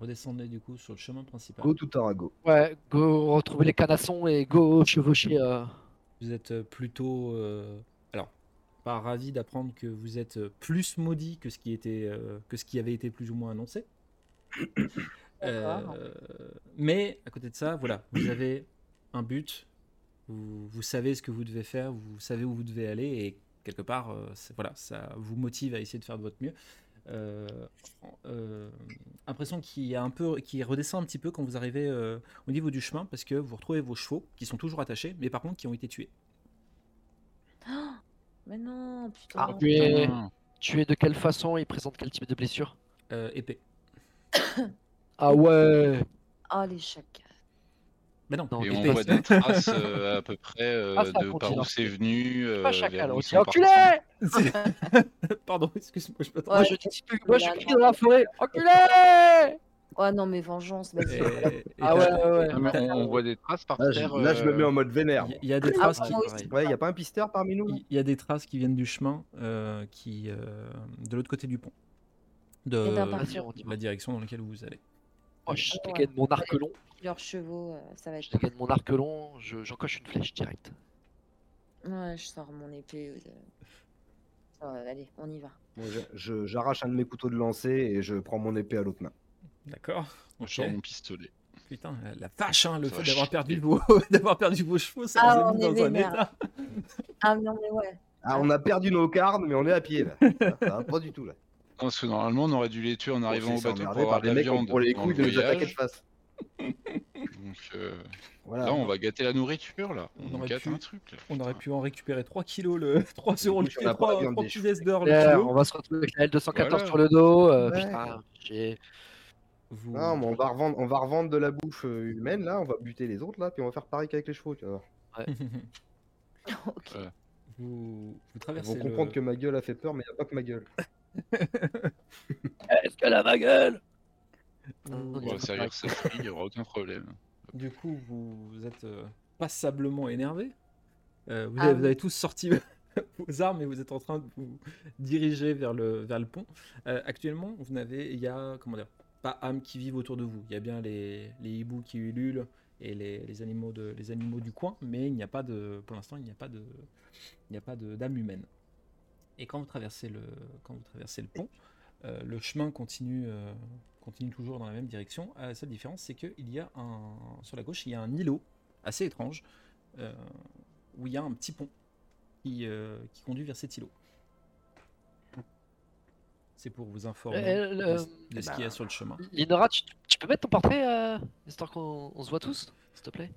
redescendez du coup sur le chemin principal. Go tout Arago. Ouais, go retrouver les canassons et go chevaucher. euh, Vous êtes plutôt. euh, alors, pas ravi d'apprendre que vous êtes euh, plus maudit que ce qui, était, euh, que ce qui avait été plus ou moins annoncé. D'accord. Euh, mais à côté de ça, voilà, vous avez un but, vous, vous savez ce que vous devez faire, vous savez où vous devez aller et quelque part, euh, c'est- voilà, ça vous motive à essayer de faire de votre mieux. Euh, euh, impression qui un peu, qui redescend un petit peu quand vous arrivez euh, au niveau du chemin parce que vous retrouvez vos chevaux qui sont toujours attachés, mais par contre qui ont été tués. Mais non, putain. Ah, tu es, tu es de quelle façon Il présente quel type de blessure Euh, épais. Ah ouais Ah, les chèques. Mais non. Non, Et il on fait voit ça. des traces euh, à peu près euh, Ah, ça, de continue. par où c'est venu. euh, Pas vers chacal, où on ils dit sont partis. enculé Pardon, excuse-moi, je peux Moi Ouais. je dis moi je Voilà. crie dans la forêt enculé Ouais, non, mais vengeance. mais c'est- Ah ouais, ouais, ouais. Non, mais on, on voit des traces par Là, je, terre. là, je me mets en mode vénère. Il y, a des Ah, traces moi qui, aussi. Ouais, y a pas un pisteur parmi nous hein Il il y a des traces qui viennent du chemin euh, qui euh, de l'autre côté du pont. De Eh ben, par Vas-y, on dit la direction dans laquelle vous allez. Moi Oh, je dégaine mon arc long, Leurs chevaux, euh, ça va je être. dégaine mon arc long, je- j'encoche une flèche directe. Ouais, je sors mon épée. euh, ça va, allez, on y va. Bon, je- je- J'arrache un de mes couteaux de lancer et je prends mon épée à l'autre main. D'accord. Je Ok. sors euh, mon pistolet. Putain, la- la vache, hein, le Ça fait va d'avoir chier. perdu, vos... d'avoir perdu vos chevaux, ça Ah, vous a on mis est dans un vénère. état. Ah, non, mais ouais. Ah, on a perdu nos carnes, mais on est à pied là. Ça va pas du tout là. Parce que normalement, on aurait dû les tuer en arrivant On au s'est fait bateau pour emmerder avoir par de la des mecs qui ont viande. pour les dans couilles le de nous attaquer de voyage. face. Donc, euh, Voilà. là, on va gâter la nourriture. là. On On, aurait gâte pu- un truc. là. On aurait pu en récupérer 3 kilos, le... 3 euros le Oui, on a kilo, pas la 3, viande des pièces d'or le Claire, kilo. on va se retrouver avec la L214 Voilà. sur le dos. euh, Ouais. Putain, j'ai. Vous- Non, mais on va revendre, on va revendre de la bouffe euh, humaine là, on va buter les autres là, puis on va faire pareil qu'avec les chevaux. Tu vas voir. ok. vous... vous Ils traversez vont le- comprendre que ma gueule a fait peur, mais y a pas que ma gueule. Est-ce qu'elle a ma gueule Hein, vous- Ouais, On va servir cette fille, il n'y aura aucun problème. euh, Du coup, vous, vous êtes euh, passablement énervé. Euh, vous, Ah avez, oui. vous avez tous sorti vos armes et vous êtes en train de vous diriger vers le, vers le pont. Euh, actuellement, vous n'avez, il y a comment dire, pas âme qui vivent autour de vous. Il y a bien les, les hiboux qui ululent et les, les animaux de, les animaux du coin, mais il n'y a pas de, pour l'instant, il n'y a pas de, il n'y a pas de- d'âme humaine. Et quand vous traversez le, quand vous traversez le pont, euh, le chemin continue, euh, continue toujours dans la même direction. Euh, La seule différence, c'est qu'il y a un, sur la gauche, il y a un îlot assez étrange euh, où il y a un petit pont qui, euh, qui conduit vers cet îlot. C'est pour vous informer Euh, de, euh, de ce qu'il y a bah. sur le chemin. Linora, tu, tu peux mettre ton portrait, euh, histoire qu'on on se voit tous, s'il te plaît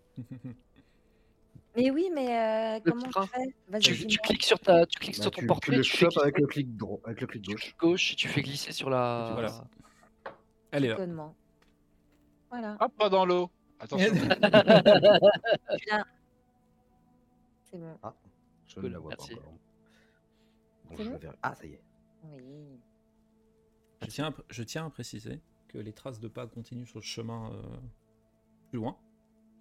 Mais oui, mais euh, comment train. je fais Vas-y, tu, tu dis-moi. cliques sur, ta, tu cliques Bah, sur tu, ton tu portrait, le tu, fais chopes avec glisser- le clic dro- avec le clic tu gauche. cliques gauche et tu fais glisser sur la. Voilà. Elle est là. Connement. Voilà, Hop, pas dans l'eau Attention c'est bon. Je ne la vois Merci. pas encore. Bon, C'est je bon la verrai. Ah, ça y est. Oui. Je tiens, à, pr- je tiens à préciser que les traces de pas continuent sur le chemin euh, plus loin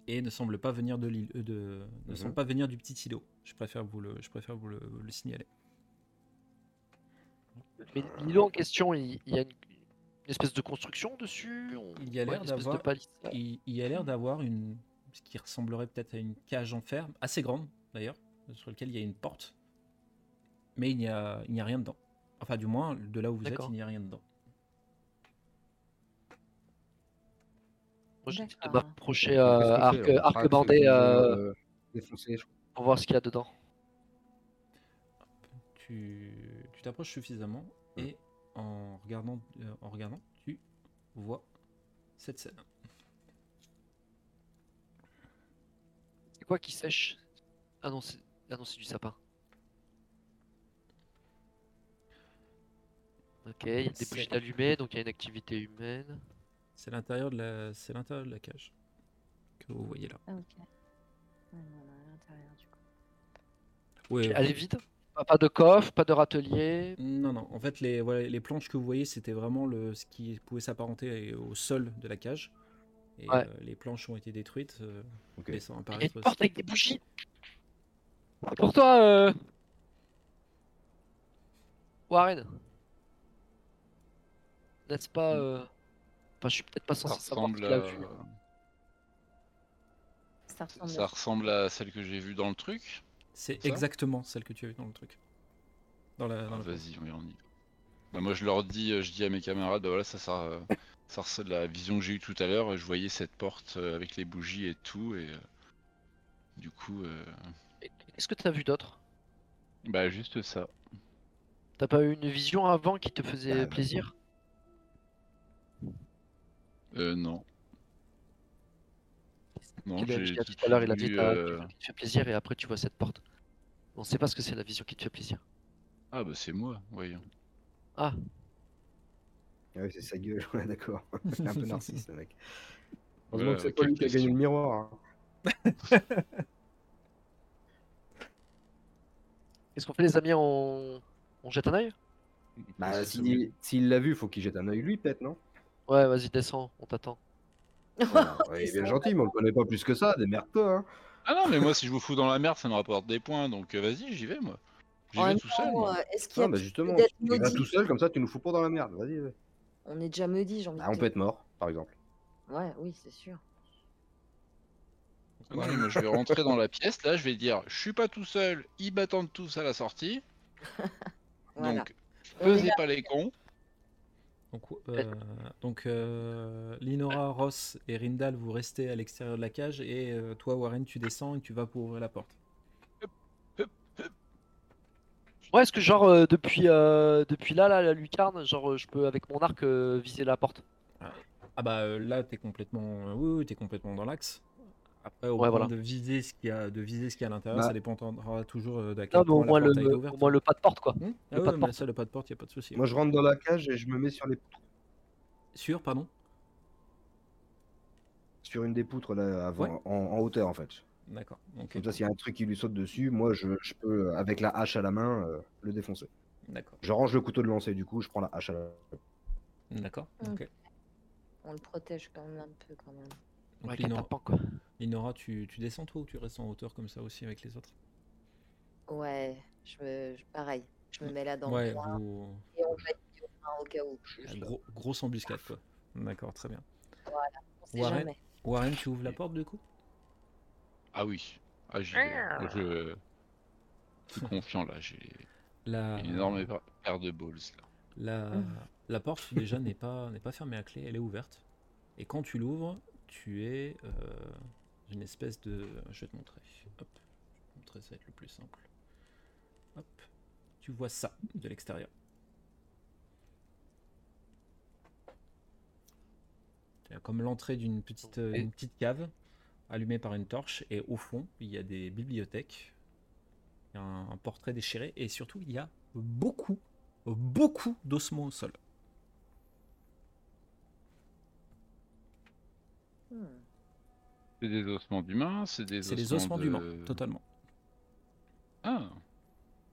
et ne semblent pas venir de l'île, euh, de, ne Mhm. semblent pas venir du petit îlot. Je préfère vous le, je préfère vous le, le signaler. Mais l'îlot en question, il, il y a une, une espèce de construction dessus on- Il y a ouais, l'air une espèce de d'avoir- palisse. Il, il a l'air d'avoir une, ce qui ressemblerait peut-être à une cage en fer, assez grande d'ailleurs, sur laquelle il y a une porte, mais il n'y a, il n'y a rien dedans. Enfin, du moins, de là où vous êtes, D'accord. il n'y a rien dedans. Moi, j'ai envie de D'accord. m'approcher Qu'est-ce euh, qu'on fait, arc, on arc traque, bandé euh, euh, défoncer, je- pour voir ce qu'il y a dedans. tu tu t'approches suffisamment et Hmm. en regardant, euh, en regardant, tu vois cette scène. C'est quoi qui sèche Ah non, c'est ah non, c'est du sapin. Ok, il y a des C'est- bougies allumées, donc il y a une activité humaine. C'est l'intérieur de la, c'est l'intérieur de la cage que vous voyez là. Ah, ok. Ah, non, non, à l'intérieur, du coup. Ouais, Elle est vide Pas- Pas de coffre, pas de râtelier. Non, non. En fait, les, voilà, les planches que vous voyez, c'était vraiment le, ce qui pouvait s'apparenter au sol de la cage. Et Ouais. euh, les planches ont été détruites, euh, Ok. laissant Il y a apparaître. une porte avec des bougies. C'est pour toi, euh... Warren. N'est-ce pas, euh, Enfin, je suis peut-être pas Ça censé savoir ce ressemble, qu'il a vu. à- euh, Ça ressemble. ça ressemble à celle que j'ai vue dans le truc. C'est Ça exactement celle que tu as vue dans le truc. Dans Ah, la, dans la- Vas-y, oui, on y va. Bah, moi, je leur dis, euh, je dis à mes camarades, bah voilà, ça, ça, euh, ça ressemble à la vision que j'ai eue tout à l'heure. Je voyais cette porte euh, avec les bougies et tout, et euh, du coup, euh, Et Qu'est-ce que t'as vu d'autre bah juste ça. T'as pas eu une vision avant qui te faisait Bah, plaisir Euh, non. Non, Tu l'as j'ai dit tout tout à l'heure, il a vu, dit t'as une euh, vision qui te fait plaisir et après tu vois cette porte. On sait pas ce que c'est la vision qui te fait plaisir. Ah bah c'est moi, voyons. Ah, Ah oui, c'est sa gueule, ouais, d'accord. C'est un peu narcisse, le mec. Heureusement Voilà, que c'est avec pas la lui qui a gagné question. le miroir. hein. qu'est-ce qu'on fait les amis On, on jette un œil Bah, C'est vrai. s'il s'il l'a vu, faut qu'il jette un œil lui, peut-être, non Ouais, vas-y, descends, on t'attend. Voilà, ouais, Il est bien gentil, mais on le connaît pas plus que ça, démerde-toi. Hein. Ah non, mais moi, si je vous fous dans la merde, ça me rapporte des points, donc euh, vas-y, j'y vais, moi. J'y En vais même tout seul. temps, moi. euh, Est-ce qu'il y Non, a bah plus justement, d'être tu vas maudit tout seul, comme ça, tu nous fous pas dans la merde. Vas-y, vas-y. On est déjà maudit, j'ai envie Bah, de on dire. peut être mort, par exemple. Ouais, oui, c'est sûr. Ah non, mais moi, je vais rentrer dans la pièce, là, je vais dire, je suis pas tout seul, ils m'attendent tous à la sortie, Voilà. donc On est faisez pas les cons. Donc, euh, donc, euh, Linora, Ross et Rindal, vous restez à l'extérieur de la cage et euh, toi, Warren, tu descends et tu vas pour ouvrir la porte. Ouais, est-ce que genre euh, depuis, euh, depuis là, là, la lucarne, genre euh, je peux avec mon arc euh, viser la porte Ah bah euh, là, t'es complètement, euh, oui, oui, t'es complètement dans l'axe. Après, au Ouais, point voilà. de viser ce qu'il y a, de viser ce qu'il y a à l'intérieur, Bah. ça dépendra toujours euh, d'à quel Non, mais au point la moins, porte a été le, ouverte. au moins le pas de porte quoi. Hmm Ah le ouais, pas de mais porte. ça, le pas de porte, il n'y a pas de souci. Moi, je rentre dans la cage et je me mets sur, les... Sûr, pardon sur une des poutres, là, avant, Ouais. en, en hauteur, en fait. D'accord. ok. Comme ça, s'il y a un truc qui lui saute dessus, moi, je, je peux, euh, avec la hache à la main, euh, le défoncer. D'accord. Je range le couteau de lancer, du coup, je prends la hache à la main. D'accord. Mm. ok. On le protège quand même un peu quand même. Donc, Ouais, qu'elle Linora, tape pas, quoi. Linora, tu, tu descends toi ou tu restes en hauteur comme ça aussi avec les autres Ouais, je me... je- pareil. Je me mets là dans Mmh. Ouais, Ah bah, le coin vous- et on met du grain au cas où. Je- je- gros- grosse embuscade quoi. D'accord, très bien. on sait Warren. jamais. Warren, tu ouvres la porte du coup Ah oui, ah, j'y vais. Moi, Je je suis confiant, là, j'ai La, une énorme Hum. pa- paire de balls, là. la, Mhm. la porte déjà n'est pas, n'est pas fermée à clé, elle est ouverte. Et quand tu l'ouvres, tu es euh, une espèce de... Je vais te montrer. Hop. Je vais te montrer, ça va être le plus simple. Hop. Tu vois ça de l'extérieur. C'est Comme l'entrée d'une petite, euh, Et- une petite cave allumée par une torche. Et au fond, il y a des bibliothèques. Il y a un, un portrait déchiré. Et surtout, il y a beaucoup, beaucoup d'ossements au sol. Hmm. C'est des ossements d'humains, c'est des C'est des ossements de- d'humains, totalement. Ah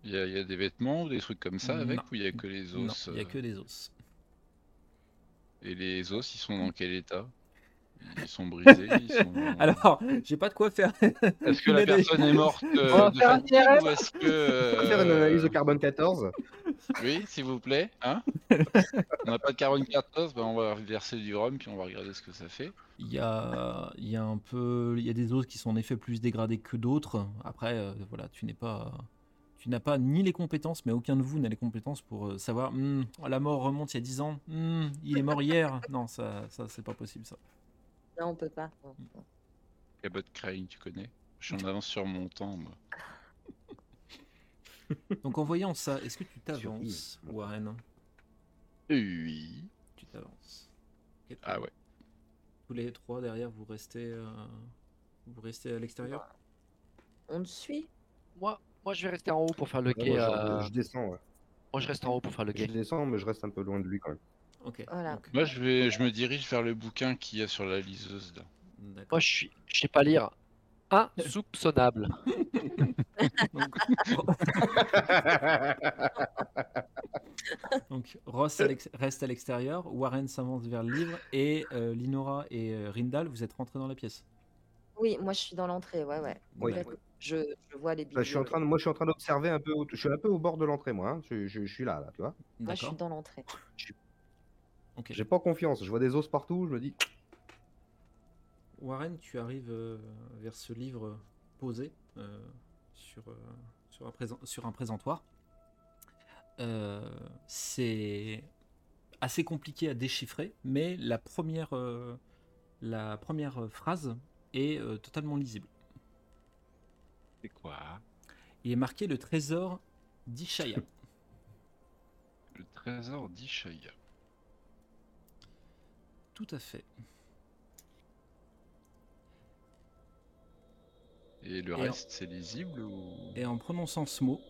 Il y, a- il y a des vêtements ou des trucs comme ça avec, Non. ou il y a que les Non, os il n'y a euh, que des os. Et les os, ils sont dans quel état Ils sont brisés, ils sont... Alors, j'ai pas de quoi faire. Est-ce que la Mais des- personne est morte euh, On va de faire un fatigue ou est-ce que... On va faire une euh, analyse au carbone 14. Oui, s'il vous plaît. Hein on n'a pas de 44 ben on va verser du rhum, puis on va regarder ce que ça fait. Il y a, il y a un peu, il y a des os qui sont en effet plus dégradés que d'autres. Après, euh, voilà, tu n'es pas, tu n'as pas ni les compétences, mais aucun de vous n'a les compétences pour euh, savoir. Hmm, la mort remonte il y a 10 ans. Hmm, il est mort hier. Non, ça, ça c'est pas possible ça. Non, on peut pas. Non. Mmh. Cabot Crane, tu connais Je suis en avance sur mon temps, moi. Donc en voyant ça, est-ce que tu Sur t'avances, Yves. Warren Oui. Tu t'avances. Et Ah ouais. Tous les trois derrière, vous restez, euh, vous restez à l'extérieur. On le suit Moi, moi je vais rester en haut pour faire le Ouais, moi, guet. je- euh, je, descends, ouais. Moi je reste en haut pour faire le Je guet. descends, mais je reste un peu loin de lui quand même. Ok. Voilà. donc, Moi, je, vais, je me dirige vers le bouquin qu'il y a sur la liseuse, là. d'accord. Moi je suis, je sais pas lire. Insoupçonnable. Donc, Donc Ross à l'ex- reste à l'extérieur, Warren s'avance vers le livre et euh, Linora et euh, Rindal, vous êtes rentrés dans la pièce. Oui, moi je suis dans l'entrée, ouais, ouais. Oui. Complètement. Je, je vois les Bah, je suis en bibliothèques. train de, moi, je suis en train d'observer un peu. au- Je suis un peu au bord de l'entrée, moi. hein. Je, je- je suis là, là, tu vois. Moi je suis D'accord. dans l'entrée. Ok. J'ai pas confiance. Je vois des os partout. Je me dis, Warren, tu arrives euh, vers ce livre posé euh, sur, euh, sur, un présent- sur un présentoir. Euh, c'est assez compliqué à déchiffrer, mais la première, euh, la première phrase est euh, totalement lisible. C'est quoi Il est marqué le trésor d'Ishaya. Le trésor d'Ishaya. Tout à fait. Et le en- reste, c'est lisible ou Et en prononçant ce mot,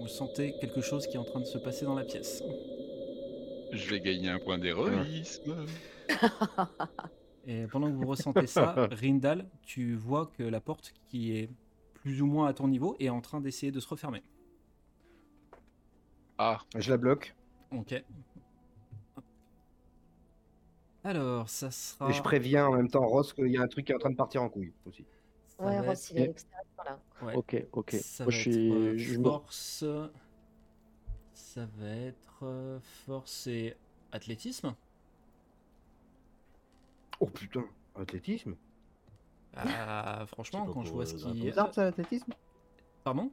vous sentez quelque chose qui est en train de se passer dans la pièce. Je vais gagner un point d'héroïsme. Et pendant que vous ressentez ça, Rindal, tu vois que la porte qui est plus ou moins à ton niveau est en train d'essayer de se refermer. Ah, je la bloque Ok. Alors, ça sera. et je préviens en même temps Ross qu'il y a un truc qui est en train de partir en couille aussi. ça Ouais, va être- Ross, il est à l'extérieur là. ouais, Ok, ok. Ça Moi, va je être euh, suis. Je me- force. Ça va être euh, force et athlétisme. Oh putain, athlétisme Ah, franchement, pas quand je pour, vois euh, ce un qui. Bizarre ça, l'athlétisme Pardon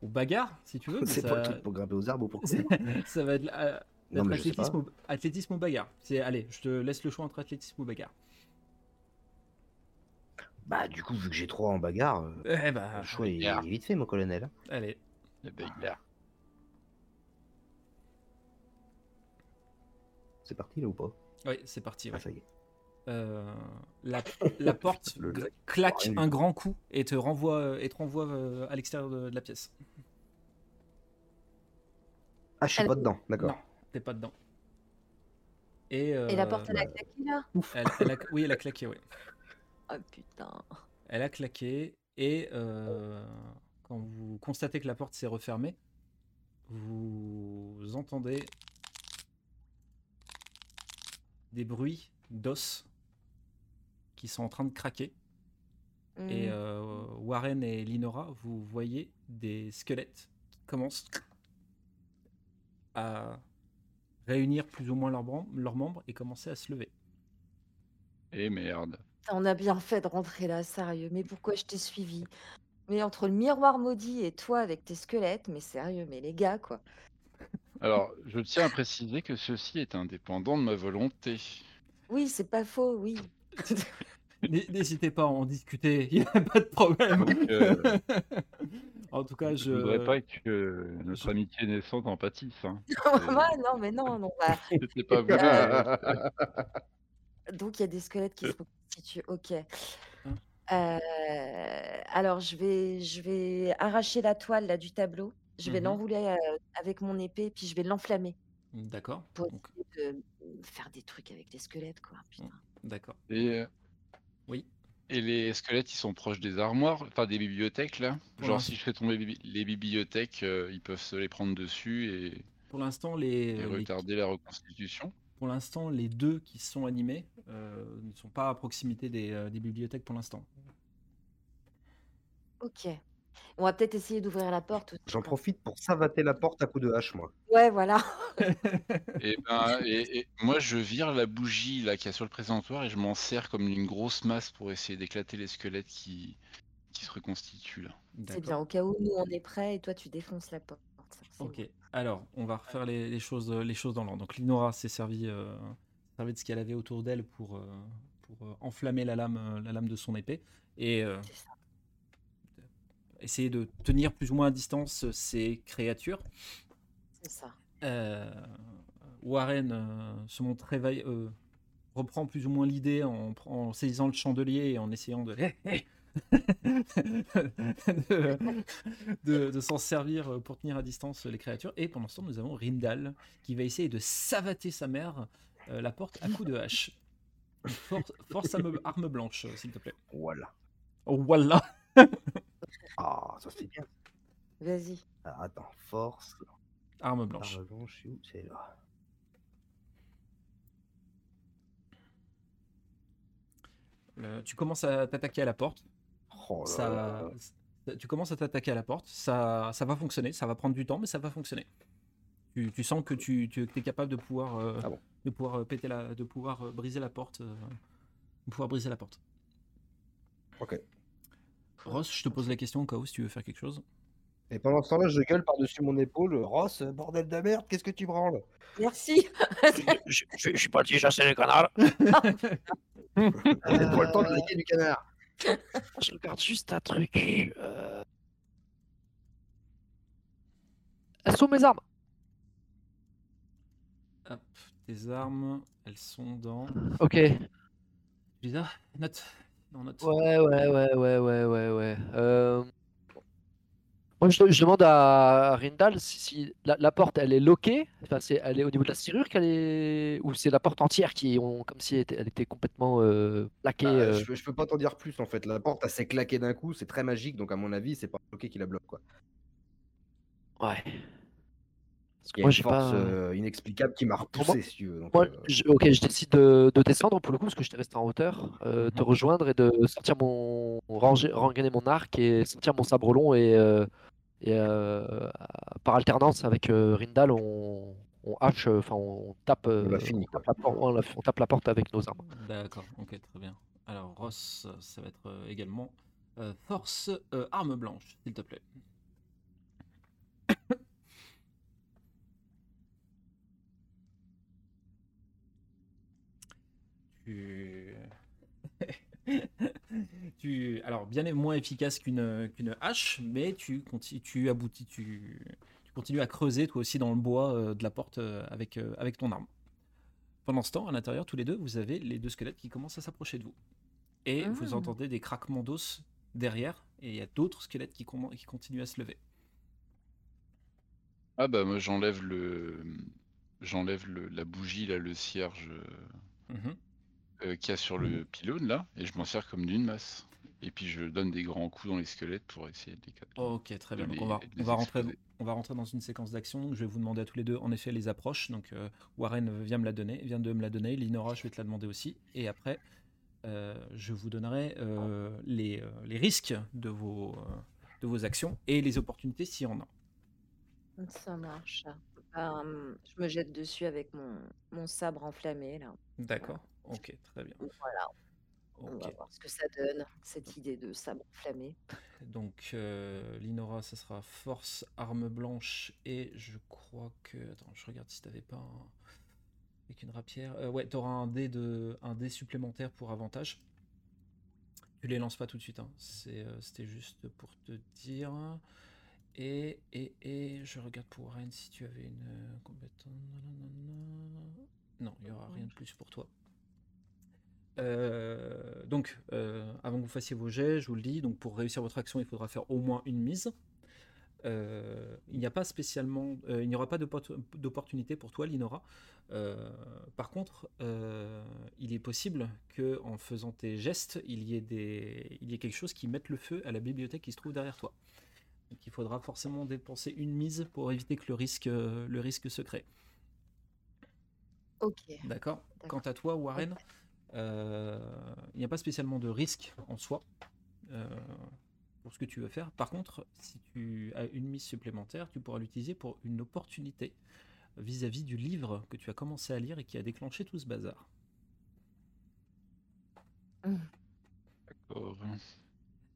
Ou bagarre, si tu veux. mais C'est ça... pas le truc pour grimper aux arbres ou pour courir. ça va être euh, Non, Peut-être mais je sais pas. athlétisme, ou, athlétisme ou bagarre. C'est allez, je te laisse le choix entre athlétisme ou bagarre. Bah, du coup, vu que j'ai trois en bagarre, euh, Eh bah, le choix est bagarre. est vite fait, mon hein. colonel. allez. eh ben, la bagarre. C'est parti là ou pas Oui, c'est parti. ouais. Ah, ça y est. Euh, la, la porte Le gla- lac. claque Rien du un grand coup et te renvoie et te renvoie euh, à l'extérieur de, de la pièce. Ah, je suis Elle- pas dedans, Non. d'accord. T'es pas dedans. Et, Et la euh, porte, elle a claqué là elle- elle a- oui, elle a claqué. Oui. Oh putain. Elle a claqué et euh, quand vous constatez que la porte s'est refermée, vous entendez des bruits d'os qui sont en train de craquer. Et Hmm. euh, Warren et Linora, vous voyez des squelettes qui commencent à réunir plus ou moins leurs bran- leurs membres et commencer à se lever. Et Eh, merde. Putain, On a bien fait de rentrer là, sérieux. Mais pourquoi je t'ai suivi Mais entre le miroir maudit et toi avec tes squelettes, mais sérieux, mais les gars, quoi. Alors, je tiens à préciser que ceci est indépendant de ma volonté. Oui, c'est pas faux, oui. N- N'hésitez pas à en discuter, il n'y a pas de problème. Donc, euh, en tout cas, je je. ne voudrais pas que notre je- amitié naissante en pâtisse. Hein. Euh, Ouais, non, mais non, non. bah, C'était pas voulu. euh, Donc, il y a des squelettes qui se reconstituent. Ok. Euh. Hein. Euh, alors, je vais, je vais arracher la toile là, du tableau. Je vais Mhm. l'enrouler euh, avec mon épée, puis je vais l'enflammer D'accord. pour donc, essayer de faire des trucs avec les squelettes, quoi. Mmh. Putain. D'accord. Et, euh, Oui. Et les squelettes, ils sont proches des armoires, enfin des bibliothèques là. Pour Genre l'instant. si je fais tomber bibli- les bibliothèques, euh, ils peuvent se les prendre dessus et, Pour l'instant, les, et les- retarder la reconstitution. pour l'instant, les deux qui sont animés euh, ne sont pas à proximité des, euh, des bibliothèques pour l'instant. Ok. On va peut-être essayer d'ouvrir la porte. aussi, J'en quand- profite pour savater la porte à coups de hache, moi. Ouais, voilà. Et ben, et, et moi je vire la bougie là qu'il y a sur le présentoir et je m'en sers comme une grosse masse pour essayer d'éclater les squelettes qui qui se reconstituent là. C'est bien. Au cas où, nous, on est prêts et toi, tu défonces la porte. Ça, c'est Ok. bon. Alors, on va refaire les, les choses, euh, les choses dans l'ordre. Donc, Linora s'est servie euh, servi de ce qu'elle avait autour d'elle pour, euh, pour euh, enflammer la lame, euh, la lame de son épée et euh, C'est ça. essayer de tenir plus ou moins à distance euh, ces créatures. C'est ça. Euh, Warren euh, se montre réveil- euh, reprend plus ou moins l'idée en, pr- en saisissant le chandelier et en essayant de, de, de- de s'en servir pour tenir à distance les créatures. Et pendant ce temps, nous avons Rindal qui va essayer de savater sa mère euh, la porte à coups de hache. Force, force arme, arme blanche, euh, s'il te plaît. Voilà. Oh, voilà Ah, ça c'est bien. Vas-y. Ah, attends, force. Arme Ah, blanche. blanche, c'est où C'est là. Le- Euh, tu commences à t'attaquer à la porte. Oh là là ça, là. ça- tu commences à t'attaquer à la porte, ça, ça va fonctionner, ça va prendre du temps, mais ça va fonctionner. Tu, tu sens que tu, tu es capable de pouvoir, euh, Ah bon. de pouvoir euh, péter la, de pouvoir euh, briser la porte, euh, de pouvoir briser la porte. Ok. Ross, je te pose la question au cas où si tu veux faire quelque chose. Et pendant ce temps-là, je gueule par-dessus mon épaule. Ross, bordel de merde, qu'est-ce que tu branles Merci. Je je- je suis parti chasser les canards. Ah, C'est pour le temps de liker du canard. Je regarde juste un truc. euh. Elles sont mes armes. Hop, tes armes, elles sont dans. Ok. Lisa, note. Non, note. Ouais, ouais, ouais, ouais, ouais, ouais, ouais. Euh, Moi, je, je demande à Rindal si, si la, la porte, elle est loquée, enfin, c'est, elle est au niveau de la serrure qu'elle est, ou c'est la porte entière qui, ont, comme si elle était, elle était complètement euh, plaquée. Ah, euh. je, peux- je peux pas t'en dire plus en fait. La porte, elle s'est claquée d'un coup, c'est très magique, donc à mon avis, c'est pas bloqué qui la bloque quoi. Ouais. Parce que Il y a moi, une j'ai force pas. euh, euh, inexplicable qui m'a Pour repoussé moi- si tu veux. donc, Moi, euh, je- ok, je décide de, de descendre pour le coup, parce que j'étais resté en hauteur, euh, te Mhm. rejoindre et de sortir mon. ranger, rengainer mon arc et sortir mon sabre long et. euh, et euh, par alternance avec euh, Rindal, on, on hache, euh, enfin, on tape, euh, l'a fini, tape la porte, on, la- on tape la porte avec nos armes. D'accord, ok, très bien. Alors, Ross, ça va être euh, également euh, force euh, arme blanche, s'il te plaît. tu... tu... Alors, bien et moins efficace qu'une qu'une hache, mais tu, conti- tu aboutis, tu... tu continues à creuser toi aussi dans le bois euh, de la porte euh, avec, euh, avec ton arme. Pendant ce temps, à l'intérieur, tous les deux, vous avez les deux squelettes qui commencent à s'approcher de vous. Et vous Ah. entendez des craquements d'os derrière, et il y a d'autres squelettes qui, commen- qui continuent à se lever. Ah bah moi j'enlève le j'enlève le- la bougie là, le cierge Mhm. euh, euh, qu'il y a sur le pylône là, et je m'en sers comme d'une masse. Et puis je donne des grands coups dans les squelettes pour essayer de les capter. Ok, très bien. De Donc les- on va, de on les va rentrer, exploser. on va rentrer dans une séquence d'action. Donc je vais vous demander à tous les deux, en effet, les approches. Donc euh, Warren vient me la donner, vient de me la donner. Linora, je vais te la demander aussi. Et après, euh, je vous donnerai euh, les, euh, les risques de vos, euh, de vos actions et les opportunités s'il y en a. Ça marche. Euh, je me jette dessus avec mon, mon sabre enflammé là. D'accord. Ok, très bien. Voilà, on Ok. va voir ce que ça donne cette idée de sabre enflammé. Donc euh, Linora, ça sera force, arme blanche et je crois que attends, je regarde si t'avais pas un... avec une rapière. Euh, ouais, t'auras un dé de un dé supplémentaire pour avantage. Tu les lances pas tout de suite. hein. C'est, euh, c'était juste pour te dire. Et, et, et je regarde pour Warren si tu avais une euh, compétence. Nanana. Non, il n'y aura rien de plus pour toi. Euh, donc, euh, avant que vous fassiez vos jets, je vous le dis, donc pour réussir votre action, il faudra faire au moins une mise. Euh, il n'y a pas spécialement, euh, il n'y aura pas d'oppor- d'opportunité pour toi, Linora. Euh, par contre, euh, il est possible que, en faisant tes gestes, il y ait des, il y ait quelque chose qui mette le feu à la bibliothèque qui se trouve derrière toi. Donc, il faudra forcément dépenser une mise pour éviter que le risque, euh, le risque se crée. Ok. D'accord. Quant D'accord. à toi, Warren, euh, il n'y a pas spécialement de risque en soi euh, pour ce que tu veux faire. Par contre, si tu as une mise supplémentaire, tu pourras l'utiliser pour une opportunité vis-à-vis du livre que tu as commencé à lire et qui a déclenché tout ce bazar. D'accord.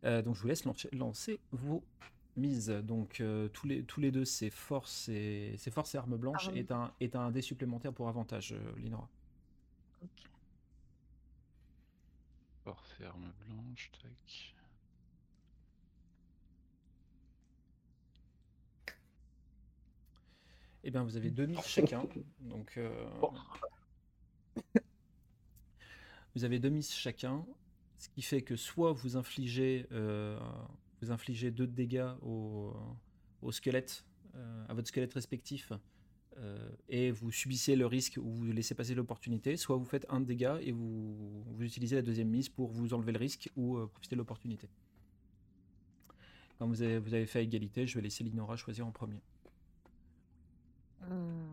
Euh, donc je vous laisse lancer, lancer vos mises. Donc euh, tous, les, tous les deux, c'est force et, c'est force et arme blanche Arme. et un, et t'as un dé supplémentaire pour avantage, euh, Linora. Force et arme blanche, tac. Eh bien, vous avez deux mises chacun. Donc, euh, vous avez deux mises chacun, ce qui fait que soit vous infligez, euh, vous infligez deux de dégâts au, au squelette, euh, à votre squelette respectif, euh, et vous subissez le risque ou vous laissez passer l'opportunité, soit vous faites un dégât et vous, vous utilisez la deuxième mise pour vous enlever le risque ou euh, profiter de l'opportunité. Quand vous avez, vous avez fait à égalité, je vais laisser Linora choisir en premier. Hmm.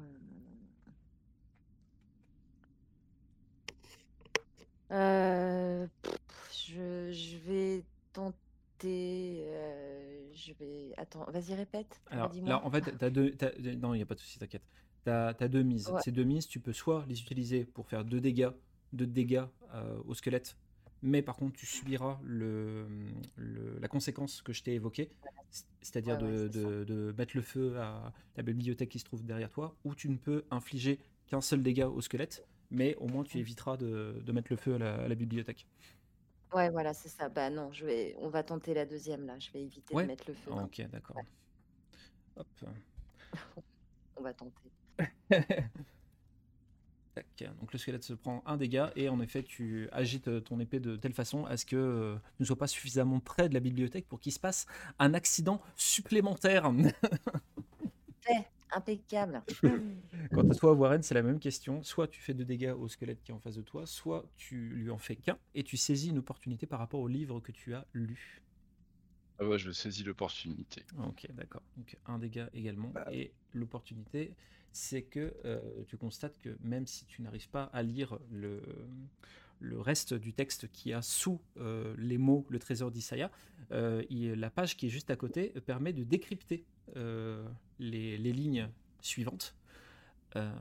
Euh, pff, je, je vais tenter. euh, je je vais. Attends, vas-y, répète. Alors redis-moi. là, en fait, t'as deux. t'as- Non, il n'y a pas de souci, t'inquiète. T'as as deux mises. Ouais. Ces deux mises, tu peux soit les utiliser pour faire deux dégâts, deux dégâts euh, au squelette, mais par contre, tu subiras le, le- la conséquence que je t'ai évoquée, c- c'est-à-dire Ouais, ouais, de, c'est ça. de- de mettre le feu à la bibliothèque qui se trouve derrière toi, ou tu ne peux infliger qu'un seul dégât au squelette, mais au Mm. moins tu éviteras de, de mettre le feu à la, à la bibliothèque. Ouais, voilà, c'est ça. Bah non, je vais... on va tenter la deuxième là. Je vais éviter Ouais. de mettre le feu. Ok, d'accord. Hop. On va tenter. Tac. Donc le squelette se prend un dégât et en effet tu agites euh, ton épée de telle façon à ce que euh, tu ne sois pas suffisamment près de la bibliothèque pour qu'il se passe un accident supplémentaire. Impeccable. Quant à toi Warren, c'est la même question. Soit tu fais deux dégâts au squelette qui est en face de toi, soit tu lui en fais qu'un et tu saisis une opportunité par rapport au livre que tu as lu. Ah bah, je saisis l'opportunité. Ok, d'accord. Donc un dégât également. Et l'opportunité, c'est que euh, tu constates que même si tu n'arrives pas à lire le, le reste du texte qui a sous euh, les mots le trésor d'Isaya, euh, il- la page qui est juste à côté permet de décrypter euh, les, les lignes suivantes. Euh,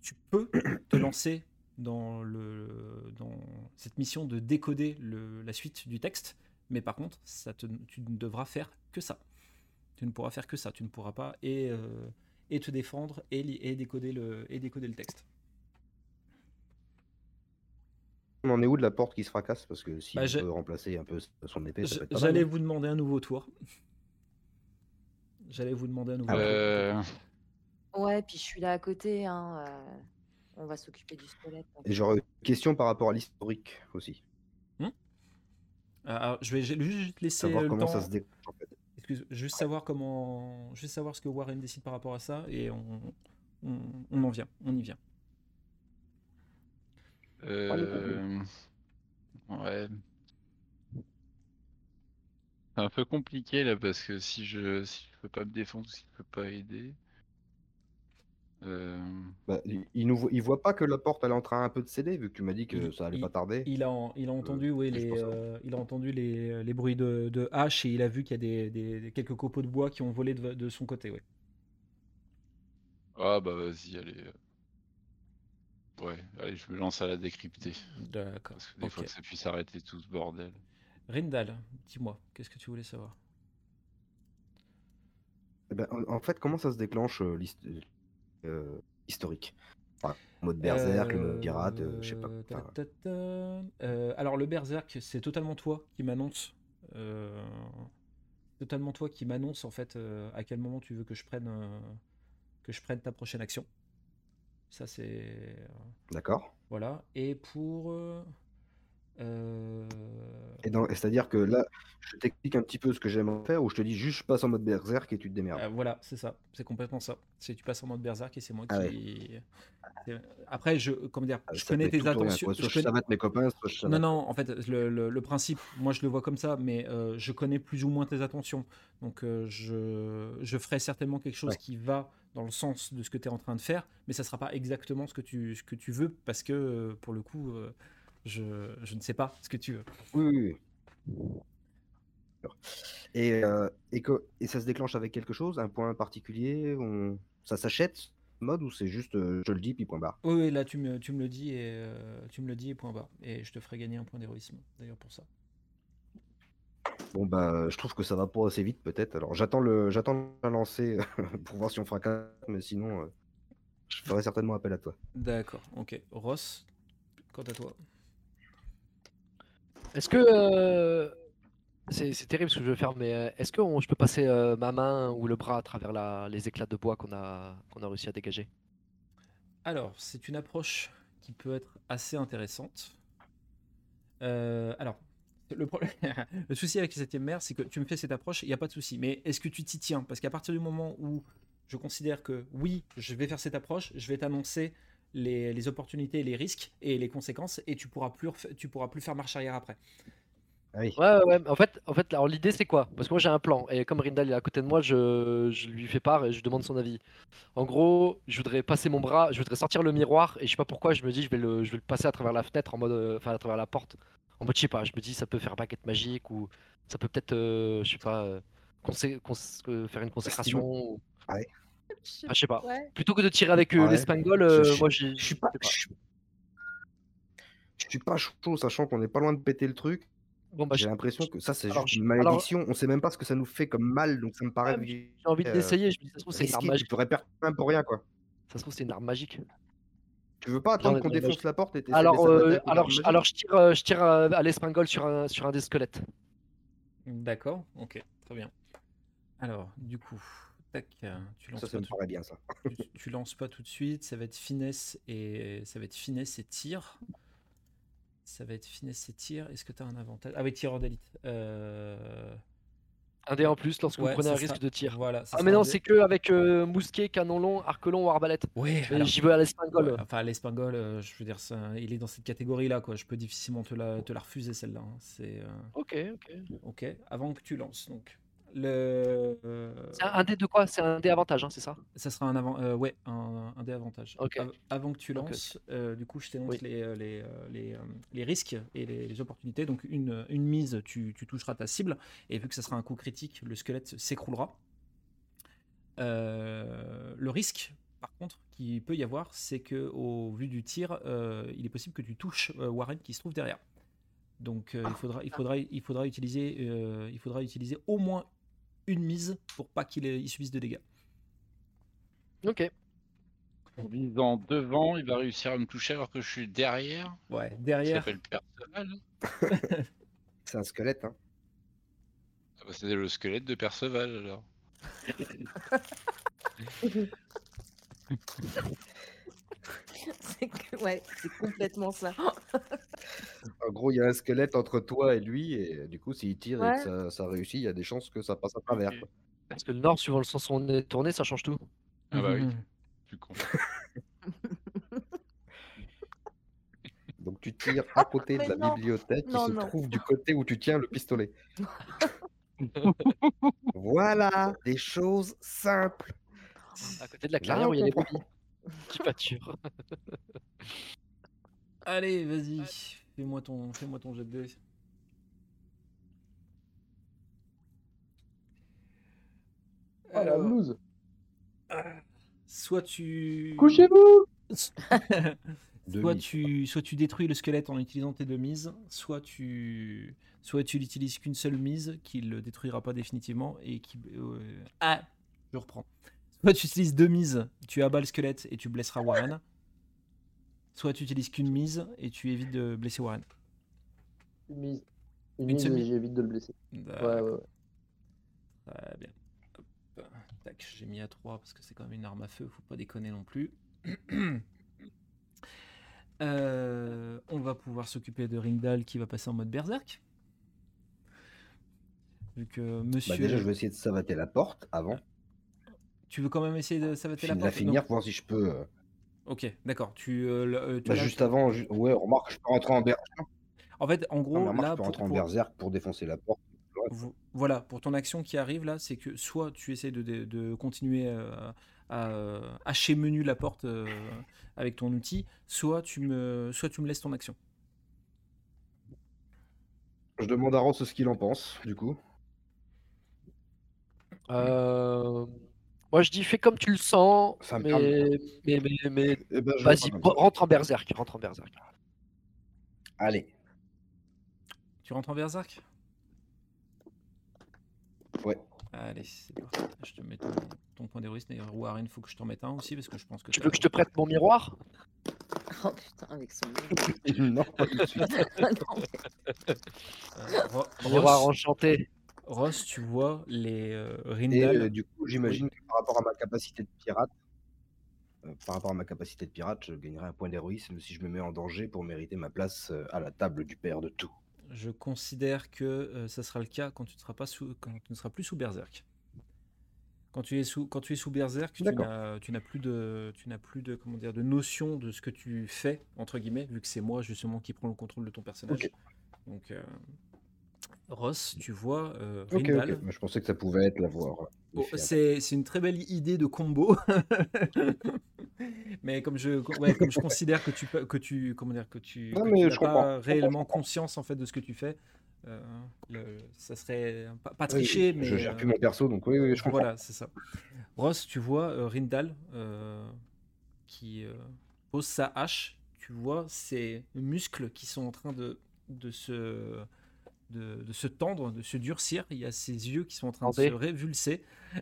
tu peux te lancer dans, le, dans cette mission de décoder le- la suite du texte. Mais par contre, ça te- tu ne devras faire que ça. Tu ne pourras faire que ça. Tu ne pourras pas et, euh, et te défendre et, li- et décoder le, et décoder le texte. On en est où de la porte qui se fracasse Parce que si Bah, on je- peut remplacer un peu son épée, ça J- peut être pas mal, J'allais hein. vous demander un nouveau tour. J'allais vous demander un nouveau tour. Euh, Ouais, puis je suis là à côté. Hein, euh, On va s'occuper du squelette. hein. Et J'aurais une question par rapport à l'historique aussi. Euh, alors, je vais je vais juste laisser euh, Savoir le comment ça temps. se déclenche en fait. Excuse, juste savoir comment, juste savoir ce que Warren décide par rapport à ça et on, on, on en vient, on y vient. euh, Ouais. C'est un peu compliqué là parce que si je si je peux pas me défendre, si je peux pas aider. Euh, Bah, il, il nous voit, il voit pas que la porte elle est en train un peu de céder vu que tu m'as dit que Il- ça allait il- pas tarder. Il a, en- Euh, il a entendu, oui, je les, hein. pense, ouais. euh, il a entendu les, les bruits de, de hache et il a vu qu'il y a des, des- des- quelques copeaux de bois qui ont volé de, de son côté. ouais. Ah bah vas-y, allez. euh. Ouais, allez, je me lance à la décrypter. D'accord. Parce que des fois que ça puisse arrêter tout ce bordel. Rindal, dis-moi, qu'est-ce que tu voulais savoir Eh ben, en, en fait, comment ça se déclenche euh, l'hist- euh, historique Enfin, en Mode berserk, Euh, mode pirate, euh, je sais pas. ta- Enfin, ta- ta- euh, alors le berserk, c'est totalement toi qui m'annonce. euh, totalement toi qui m'annonce en fait euh, à quel moment tu veux que je prenne euh, que je prenne ta prochaine action. Ça c'est D'accord. voilà. Et pour euh, euh, Et dans- et c'est-à-dire que là, je t'explique un petit peu ce que j'aime en faire ou je te dis juste je passe en mode berserk et tu te démerdes. Euh, voilà, c'est ça, c'est complètement ça. C'est tu passes en mode berserk et c'est moi Ah qui. c'est- Après, je comment dire, Ah, je ça peut connais être tes tout ou rien, intentions. quoi. Soit je je, connais- savate mes copains, soit je Non, savate. non, en fait, le, le- le principe, moi je le vois comme ça, mais euh, je connais plus ou moins tes attentions. Donc euh, je, je ferai certainement quelque chose Ouais. qui va dans le sens de ce que tu es en train de faire, mais ça sera pas exactement ce que tu, ce que tu veux, parce que euh, pour le coup, euh, je, je ne sais pas ce que tu veux. Oui, oui, oui. D'accord. Et, euh, et, que, et ça se déclenche avec quelque chose, un point particulier on... Ça s'achète ce mode ou c'est juste euh, je le dis puis point barre Oui, oui, là tu me, tu me le dis et euh, tu me le dis et point barre. Et je te ferai gagner un point d'héroïsme, d'ailleurs pour ça. Bon bah je trouve que ça va pas assez vite peut-être. Alors j'attends le j'attends le lancer pour voir si on fracasse, mais sinon euh, je ferai certainement appel à toi. D'accord, ok. Ross, quant à toi. Est-ce que. euh, C'est c'est terrible ce que je veux faire, mais euh, est-ce que on- je peux passer euh, ma main ou le bras à travers la- les éclats de bois qu'on a, qu'on a réussi à dégager Alors, c'est une approche qui peut être assez intéressante. Euh, alors, le, problème, le souci avec les septième mère, c'est que tu me fais cette approche, il n'y a pas de souci. Mais est-ce que tu t'y tiens Parce qu'à partir du moment où je considère que oui, je vais faire cette approche, je vais t'annoncer les, les opportunités, les risques et les conséquences, et tu pourras plus, refa- tu pourras plus faire marche arrière après. Ah oui. Ouais, ouais, ouais. En fait, en fait alors, l'idée, c'est quoi Parce que moi, j'ai un plan. Et comme Rindal est à côté de moi, je, je lui fais part et je lui demande son avis. En gros, je voudrais passer mon bras, je voudrais sortir le miroir. Et je sais pas pourquoi, je me dis, je vais le, je vais le passer à travers la fenêtre, en mode, euh, enfin, à travers la porte, En mode, je sais pas, je me dis, ça peut faire baguette magique ou ça peut peut-être, euh, je sais pas, euh, consé- cons- euh, faire une consécration. ou- Ah, je sais pas. Ouais. Plutôt que de tirer avec euh, Ouais. l'espagnol, Je- euh, je- moi j'ai. Je suis pas. Je suis- je suis pas chaud, sachant qu'on est pas loin de péter le truc. Bon, bah, J'ai j'ai l'impression que ça, c'est Alors, juste une alors- malédiction. On sait même pas ce que ça nous fait comme mal, donc ça me paraît. Ouais, j'ai j'ai envie de euh, l'essayer. Je me dis, ça se trouve, c'est une arme risqué. Tu magique. pourrais perdre un pour rien, quoi. Ça se trouve, c'est une arme magique. Tu veux pas J'en attendre ai qu'on pas de défonce la porte et t'essaies de Alors, laisser euh, l'attaque ou alors, l'arme je, magique alors je tire, euh, je tire euh, à l'espagnol sur un, sur un des squelettes. D'accord, ok, très bien. Alors, du coup, tac, euh, tu lances, Ça, ça pas me tout, paraît bien, ça. tu, tu lances pas tout de suite, ça va être finesse et ça va être finesse et tir. Ça va être finesse et tir. Est-ce que tu as un avantage Ah oui, tireur d'élite. Euh, Un dé en plus lorsque ouais, vous prenez un ça sera- risque de tir. Voilà. ça Ah, sera mais un non, dé- c'est que avec euh, mousquet, canon long, arc long ou arbalète. Ouais, Mais alors, J'y veux à l'espagnol. ouais, enfin, l'Espingol, euh, je veux dire, ça, il est dans cette catégorie-là, quoi. Je peux difficilement te la, te la refuser, celle-là. hein. C'est. euh, Ok, ok. Ok, avant que tu lances, donc. Le... euh, C'est un, un dé de quoi C'est un dé avantage, hein, c'est ça Ça sera un avant, euh, ouais, un, un des avantages. Ok. Av- avant que tu Ok, ok. lances, euh, du coup, je t'énonce Oui. les, euh, les, euh, les, euh, les risques et les, les opportunités. Donc, une, euh, une mise, tu, tu toucheras ta cible, et vu que ça sera un coup critique, le squelette s'écroulera. Euh, le risque, par contre, qui peut y avoir, c'est que au vu du tir, euh, il est possible que tu touches euh, Warren qui se trouve derrière. Donc, Ah. euh, il faudra, il faudra, il faudra utiliser, euh, il faudra utiliser au moins une mise pour pas qu'il ait- il subisse de dégâts. Ok. En visant devant, il va réussir à me toucher alors que je suis derrière. Ouais, Il derrière. s'appelle Perceval. C'est un squelette, hein. Ah bah, C'était le squelette de Perceval alors. C'est que- ouais, c'est complètement ça. En gros, il y a un squelette entre toi et lui, et euh, du coup, s'il tire et Ouais. que ça, ça réussit, il y a des chances que ça passe à travers. Ok. quoi. Parce que le nord, suivant le sens où on est tourné, ça change tout. Ah bah oui, Mhm. tu con. Donc, tu tires à côté de Mais la non. bibliothèque qui Non, se non. trouve du côté où tu tiens le pistolet. voilà, des choses simples. À côté de la Là, clairière on où il y a les comprend. brebis qui pâturent. Allez, vas-y, fais-moi ton, fais-moi ton jet de dés. Ah, Alors, soit tu. Couchez-vous soit, Demi. tu, soit tu détruis le squelette en utilisant tes deux mises, soit tu, soit tu l'utilises qu'une seule mise qui le détruira pas définitivement et qui. euh, Ah Je reprends. Soit tu utilises deux mises, tu abats le squelette et tu blesseras Warren. Soit tu utilises qu'une mise et tu évites de blesser Warren. Une mise. Une Une mise, seule- et j'évite de le blesser. Euh, Ouais, ouais, ouais. Très bien. Hop. Tac, j'ai mis à 3 parce que c'est quand même une arme à feu, faut pas déconner non plus. Euh, on va pouvoir s'occuper de Ringdal qui va passer en mode berserk. Vu que monsieur. Bah, déjà, je vais essayer de savater la porte avant, Tu veux quand même essayer de de savater la, la porte finir, Non. voir si je peux. euh, Ok, d'accord. Tu, euh, le- euh, tu Bah, l'as- juste avant, ju- ouais, remarque, je peux rentrer en, ber... En fait, en non, Ah, mais gros, remarque, là, je peux pour, rentrer en pour- berserk Oh, pour défoncer la porte. Vo- Voilà, pour ton action qui arrive là, c'est que soit tu essaies de, de- de continuer euh, à euh, hacher menu la porte euh, avec ton outil, soit tu, me, soit tu me laisses ton action. Je demande à Ross ce qu'il en pense, du coup. Euh, Moi je dis fais comme tu le sens, Ça me mais, parle. mais, mais, mais Eh ben, je vais vas-y, faire comme bo- ça. rentre en berserk, rentre en berserk. Allez, Tu rentres en Berserk Ouais. Allez, c'est parti. Je te mets ton, ton point d'héroïsme. D'ailleurs, Warren, faut que je t'en mette un aussi parce que je pense que Tu t'as- veux que je te prête mon miroir Oh putain, avec son. non, pas tout de suite. Ah non, mais- Euh, Ro- Miroir Ross, enchanté. Ross, tu vois les euh, Et Rindal. euh, du coup, j'imagine que par rapport à ma capacité de pirate, euh, par rapport à ma capacité de pirate, je gagnerai un point d'héroïsme si je me mets en danger pour mériter ma place euh, à la table du père de tout. Je considère que euh, ça sera le cas quand tu ne seras, pas sous, quand tu ne seras plus sous Berserk. Quand tu es sous, quand tu es sous Berserk, tu D'accord. n'as tu n'as plus de, tu n'as plus de, comment dire, de notion de ce que tu fais entre guillemets, vu que c'est moi justement qui prends le contrôle de ton personnage. Ok. Donc euh, Ross, tu vois euh, Ok, Rindal. ok. Mais je pensais que ça pouvait être la voix. euh, Bon, différente. c'est c'est une très belle idée de combo. Mais comme je, ouais, comme je considère que tu, peux- que tu, comment dire, que tu, Non, que mais tu n'as je pas comprends, je comprends, réellement je comprends. conscience en fait de ce que tu fais, euh, le- ça serait hein, pas, pas Oui, tricher, mais Je gère euh, plus mon perso, donc oui, oui, je comprends. voilà, c'est ça. Ross, tu vois euh, Rindal euh, qui euh, pose sa hache. Tu vois ses muscles qui sont en train de, de se de, de se tendre, de se durcir. Il y a ses yeux qui sont en train de Bander. se révulser.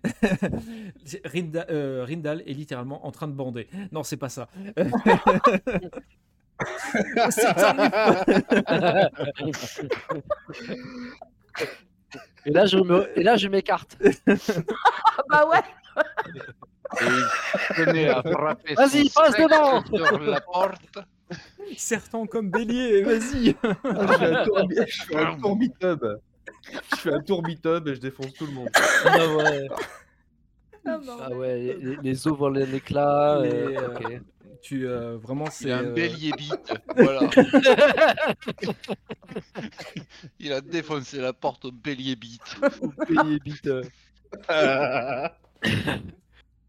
Rinda- euh, Rindal est littéralement en train de bander. Non, c'est pas ça. C'est un- Et là, je me- et là, je m'écarte. Ah bah ouais Et il tenait à frapper Vas-y, son passe sceptre devant sur la porte. Sertant comme bélier, vas-y. Ah, je fais un tour- je fais un tour bitub. Je fais un tour bitub et je défonce tout le monde. Ah ouais, Ah, bordel. les, les- les os volent en éclats. Les, euh, euh, ok. Tu euh, vraiment Il c'est a un euh, bélier bite. Voilà. il a défoncé la porte au bélier bite.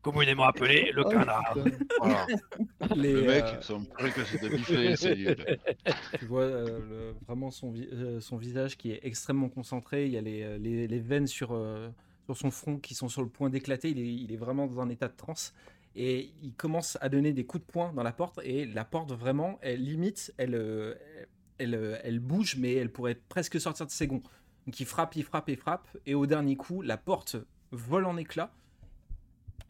Communément appelé le canard. Voilà. les, Le mec, euh, son truc, c'est de biffer les cellules. Tu vois euh, le- vraiment son, vi- euh, son visage qui est extrêmement concentré. Il y a les, euh, les- les veines sur, euh, sur son front qui sont sur le point d'éclater. Il est, il est vraiment dans un état de transe. Et il commence à donner des coups de poing dans la porte. Et la porte, vraiment, elle limite, elle, euh, elle, euh, elle bouge, mais elle pourrait presque sortir de ses gonds. Donc il frappe, il frappe, il frappe. Et au dernier coup, la porte vole en éclats.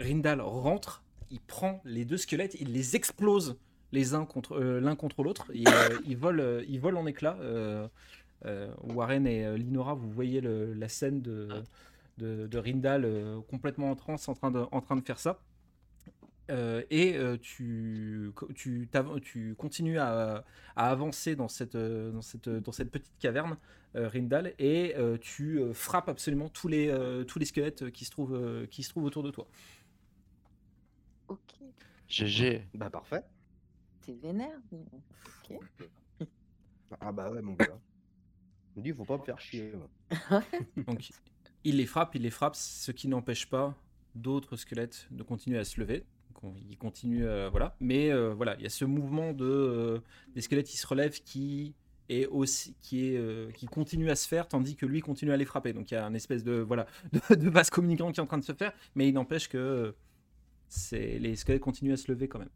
Rindal rentre. Il prend les deux squelettes, il les explose les uns contre euh, l'un contre l'autre. et, euh, ils volent, euh, ils volent en éclats. euh, euh, Warren et euh, Linora, vous voyez le- la scène de, de, de Rindal euh, complètement en transe, en train de, en train de faire ça. Euh, et euh, tu, co- tu, t'av- tu continues à, à avancer dans cette, euh, dans cette, dans cette petite caverne, euh, Rindal, et euh, tu euh, frappes absolument tous les, euh, tous les squelettes qui se, trouvent, euh, qui se trouvent autour de toi. Ok, GG. Bah parfait. t'es vénère. mais bon. Ah bah ouais, mon gars. Il dit, faut pas me faire chier. moi. Donc, il les frappe, il les frappe, ce qui n'empêche pas d'autres squelettes de continuer à se lever. Donc, on- ils continuent, euh, voilà. Mais euh, voilà, il y a ce mouvement de euh, des squelettes qui se relèvent, qui est aussi, qui est, euh, qui continue à se faire, tandis que lui continue à les frapper. Donc, il y a une espèce de voilà de, de vase communicant qui est en train de se faire, mais il n'empêche que euh, c'est les squelettes continuent à se lever quand même.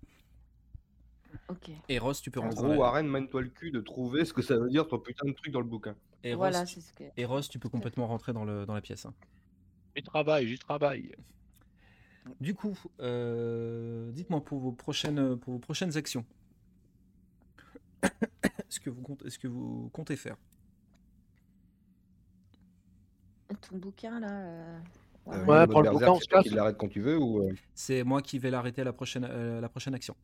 Ok, Et Ross, tu peux En rentrer. dans gros, la- Warren, mène-toi le cul de trouver ce que ça veut dire ton putain de truc dans le bouquin. et, Ross, voilà, tu- c'est ce que. et Ross, tu peux complètement rentrer dans le dans la pièce. hein. J'y travaille, j'y travaille. Du coup, euh, dites-moi pour vos prochaines pour vos prochaines actions. Est-ce que vous comptez, ce que vous comptez faire ah, Ton bouquin là. euh, Euh, Warren. nous, notre prends le berserk, bouquin, on c'est se toi casse. qui l'arrête quand tu veux ou. euh, C'est moi qui vais l'arrêter à la prochaine euh, la prochaine action.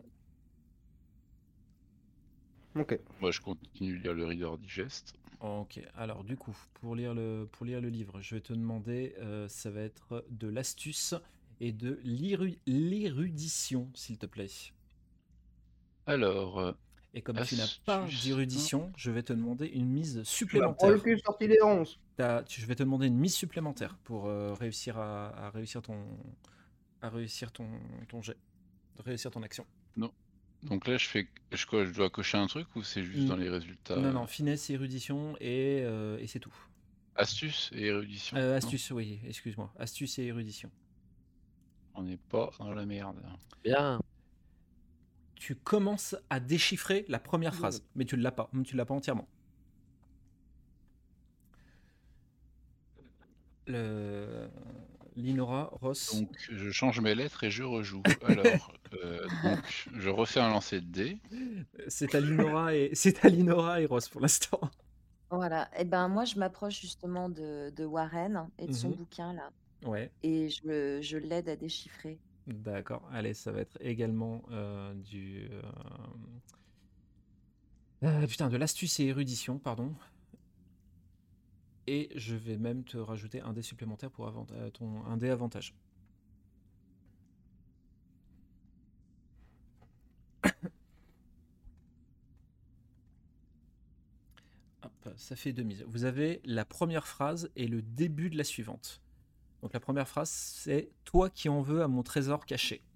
Ok. Moi, je continue de lire le Reader Digest. Ok. Alors du coup, pour lire le pour lire le livre, je vais te demander, euh, ça va être de l'astuce et de l'éru- l'érudition, s'il te plaît. Alors, euh, Et comme tu n'as pas Astuce. d'érudition, je vais te demander une Tu m'as mise prends Bah, supplémentaire. le cul, sorti les 11. T'as- tu- je vais te demander une mise supplémentaire pour euh, réussir à, à réussir ton à réussir ton, ton jet, de réussir ton action. donc là, je fais, je, quoi, je dois cocher un truc ou c'est juste Mm. dans les résultats Non non, finesse, érudition et, euh, et c'est tout. Astuce et érudition. Euh, Ah, Non, astuce, oui, excuse-moi, astuce et érudition. on n'est pas dans la merde. Bien. Tu commences à déchiffrer la première phrase, mais tu ne l'as pas, tu l'as pas entièrement. Le... Linora, Ross. Donc, je change mes lettres et je rejoue. Alors, euh, donc, je refais un lancer de dés. C'est à Linora et c'est à Linora et Ross pour l'instant. Voilà, et ben moi je m'approche justement de, de Warren et de son Mhm. bouquin là. Ouais. Et je, le- je l'aide à déchiffrer. D'accord. Allez, ça va être également euh, du. euh, euh, putain, de l'astuce et érudition, pardon. Et je vais même te rajouter un dé supplémentaire pour avant- euh, ton un dé avantage. Hop, ça fait deux mises. Vous avez la première phrase et le début de la suivante. Donc la première phrase, c'est Toi qui en veux à mon trésor caché.